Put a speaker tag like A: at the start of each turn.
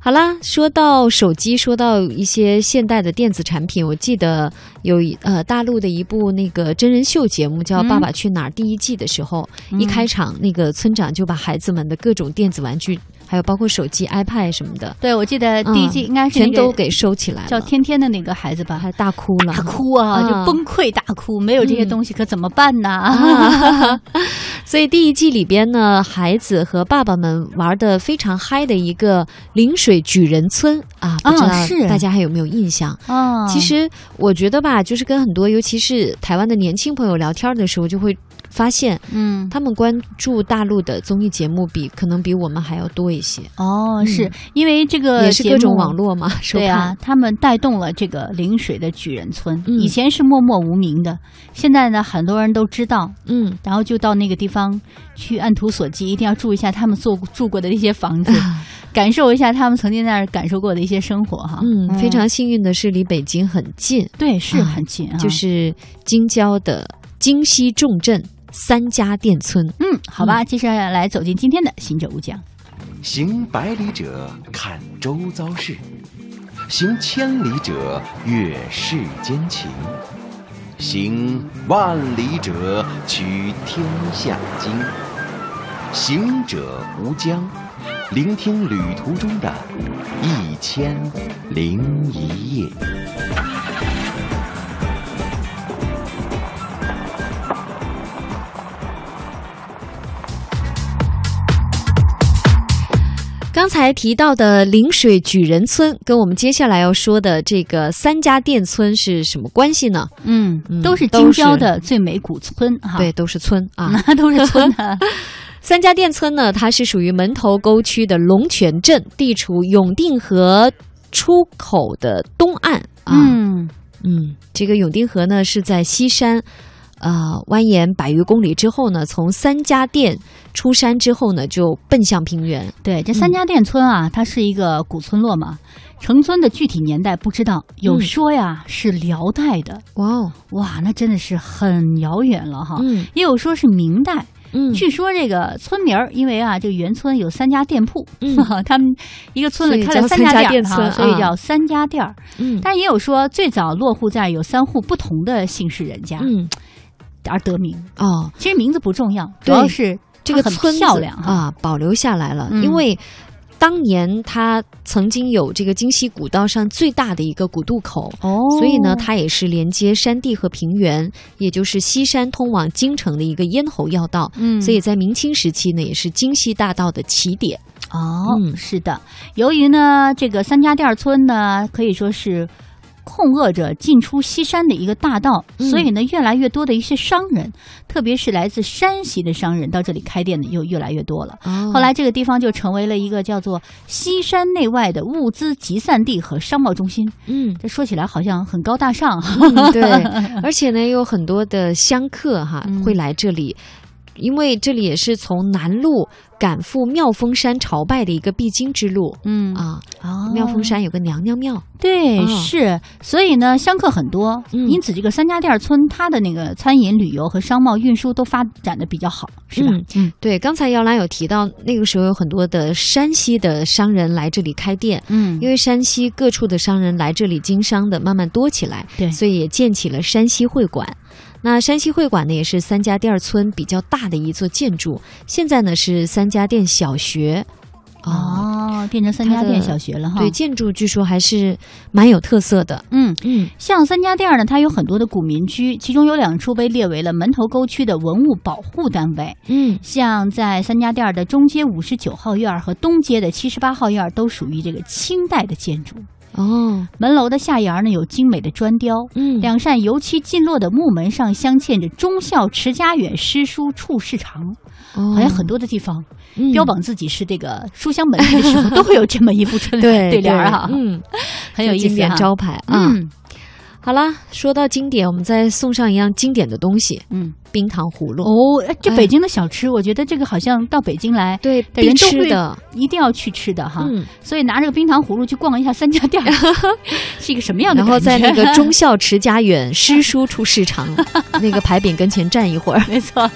A: 好啦，说到手机，说到一些现代的电子产品，我记得有一呃大陆的一部那个真人秀节目
B: 嗯
A: 叫《爸爸去哪儿》第一季的时候，一开场那个村长就把孩子们的各种电子玩具，还有包括手机、iPad 什么的，
B: 对，我记得第一季应该是
A: 嗯
B: 那
A: 全
B: 个
A: 都给收起来了，
B: 叫天天的那个孩子吧，
A: 还大哭了
B: 大。哭啊，
A: 啊嗯
B: 就崩溃大哭，没有这些东西可怎么办 呢？
A: 啊， 所以第一季里边呢，孩子和爸爸们玩的非常嗨的一个陵水举人村啊，不知
B: 啊
A: 道
B: 是
A: 大家还有没有印象？
B: 啊，
A: 其实我觉得吧，就是跟很多，尤其是台湾的年轻朋友聊天的时候，就会发现
B: 嗯。
A: 他们关注大陆的综艺节目比可能比我们还要多一些，
B: 哦，是
A: 嗯
B: 因为这个
A: 也是
B: 节
A: 各种
B: 目
A: 网络嘛收
B: 对
A: 看
B: 啊。，他们带动了这个陵水的举人村，
A: 嗯
B: 以前是默默无名的，现在呢很多人都知道，
A: 嗯，
B: 然后就到那个地方去按图索骥，一定要住一下他们做住过的那些 房子，感受一下他们曾经在那儿感受过的一些生活哈。
A: 嗯，非常幸运的是离北京很近，
B: 对，是
A: 啊
B: 很近啊，
A: 就是京郊的京西重镇三家店村。
B: 嗯，好吧，接下来走进今天的行者无疆。
C: 行百里者，看周遭事；行千里者，阅世间情；行万里者，取天下经。行者无疆，聆听旅途中的一千零一夜。
A: 刚才提到的陵水举人村，跟我们接下来要说的这个三家店村是什么关系呢？
B: 嗯
A: 嗯，
B: 都是
A: 都
B: 京郊
A: 是
B: 的最美古村哈。
A: 对，，都是村啊。
B: 那都是村 啊。
A: 三家店村呢，它是属于门头沟区的龙泉镇，地处永定河出口的东岸啊。
B: 嗯，
A: 嗯这个永定河呢是在西山，呃，蜿蜒百余公里之后呢，从三家店出山之后呢，就奔向平原。
B: 对，这三家店村啊，它是一个古村落嘛。成村的具体年代不知道，有
A: 嗯
B: 说呀是辽代的，
A: 哇哦，
B: 哇，那真的是很遥远了哈。
A: 嗯
B: 也有说是明代，
A: 嗯，
B: 据说这个村名儿，因为啊，这个原村有三家店铺，
A: 嗯
B: 他们一个村子开了
A: 所以叫
B: 三家
A: 三家
B: 店
A: 店
B: 儿
A: 村
B: 哈，所以
A: 啊
B: 叫三家店儿。
A: 嗯
B: 但也有说最早落户在有三户不同的姓氏人家
A: 嗯
B: 而得名。
A: 哦，
B: 其实名字不重要，主
A: 对
B: 要是
A: 这个
B: 它
A: 村
B: 很
A: 子
B: 漂亮哈。
A: 啊，保留下来了，
B: 嗯
A: 因为。当年它曾经有这个京西古道上最大的一个古渡口，
B: 哦
A: 所以呢，它也是连接山地和平原，也就是西山通往京城的一个咽喉要道。
B: 嗯，
A: 所以在明清时期呢，也是京西大道的起点。
B: 哦，
A: 嗯
B: 是的。由于呢，这个三家店儿村呢，可以说是。控扼着进出西山的一个大道，
A: 嗯
B: 所以呢，越来越多的一些商人，特别是来自山西的商人，到这里开店的又越来越多了。
A: 哦
B: 后来这个地方就成为了一个叫做西山内外的物资集散地和商贸中心。
A: 嗯，
B: 这说起来好像很高大上，啊
A: 嗯对，而且呢，有很多的香客哈、
B: 嗯
A: 会来这里，因为这里也是从南路赶赴妙峰山朝拜的一个必经之路
B: 嗯
A: 啊。
B: 啊
A: 妙峰山有个娘娘庙，
B: 对、
A: 哦
B: 是，所以呢，香客很多，
A: 嗯
B: 因此这个三家店村它的那个餐饮、旅游和商贸运输都发展的比较好，是吧？嗯
A: 对，刚才姚兰有提到，那个时候有很多的山西的商人来这里开店。
B: 嗯
A: 因为山西各处的商人来这里经商的慢慢多起来，
B: 对
A: 所以也建起了山西会馆。那山西会馆呢，也是三家店村比较大的一座建筑。现在呢是三家店小学，啊、
B: 哦，变成三家店小学了哈。
A: 对，建筑据说还是蛮有特色的。
B: 嗯，
A: 嗯
B: 像三家店呢，它有很多的古民居，其中有两处被列为了门头沟区的文物保护单位。
A: 嗯
B: 像在三家店儿的中街五十九号院儿和东街的七十八号院儿都属于这个清代的建筑。
A: 哦
B: 门楼的下沿儿呢有精美的砖雕，
A: 嗯
B: 两扇油漆浸落的木门上镶嵌着“忠孝持家远，诗书处世长”。
A: 哦
B: 好像很多的地方、
A: 嗯
B: 标榜自己是这个书香门第的 时候，都会有这么一副春
A: 对
B: 对联儿哈，
A: 嗯，
B: 很有意
A: 经
B: 思
A: 典
B: 哈。
A: 招牌啊。
B: 嗯
A: 好啦，说到经典，我们再送上一样经典的东西
B: 嗯
A: ——冰糖葫芦。
B: 哦，哎这
A: 哎
B: 北京的小吃，我觉得这个好像到北京来
A: 对，
B: 的
A: 必
B: 人都
A: 吃
B: 会啊
A: 的。
B: 一定要去吃的哈。
A: 嗯，
B: 所以拿着个冰糖葫芦去逛一下三 家店儿，是一个什么样的
A: 然
B: 感觉？
A: 后在那个忠 孝持家远，诗书处世长那个牌匾跟前站一会儿。
B: 没错，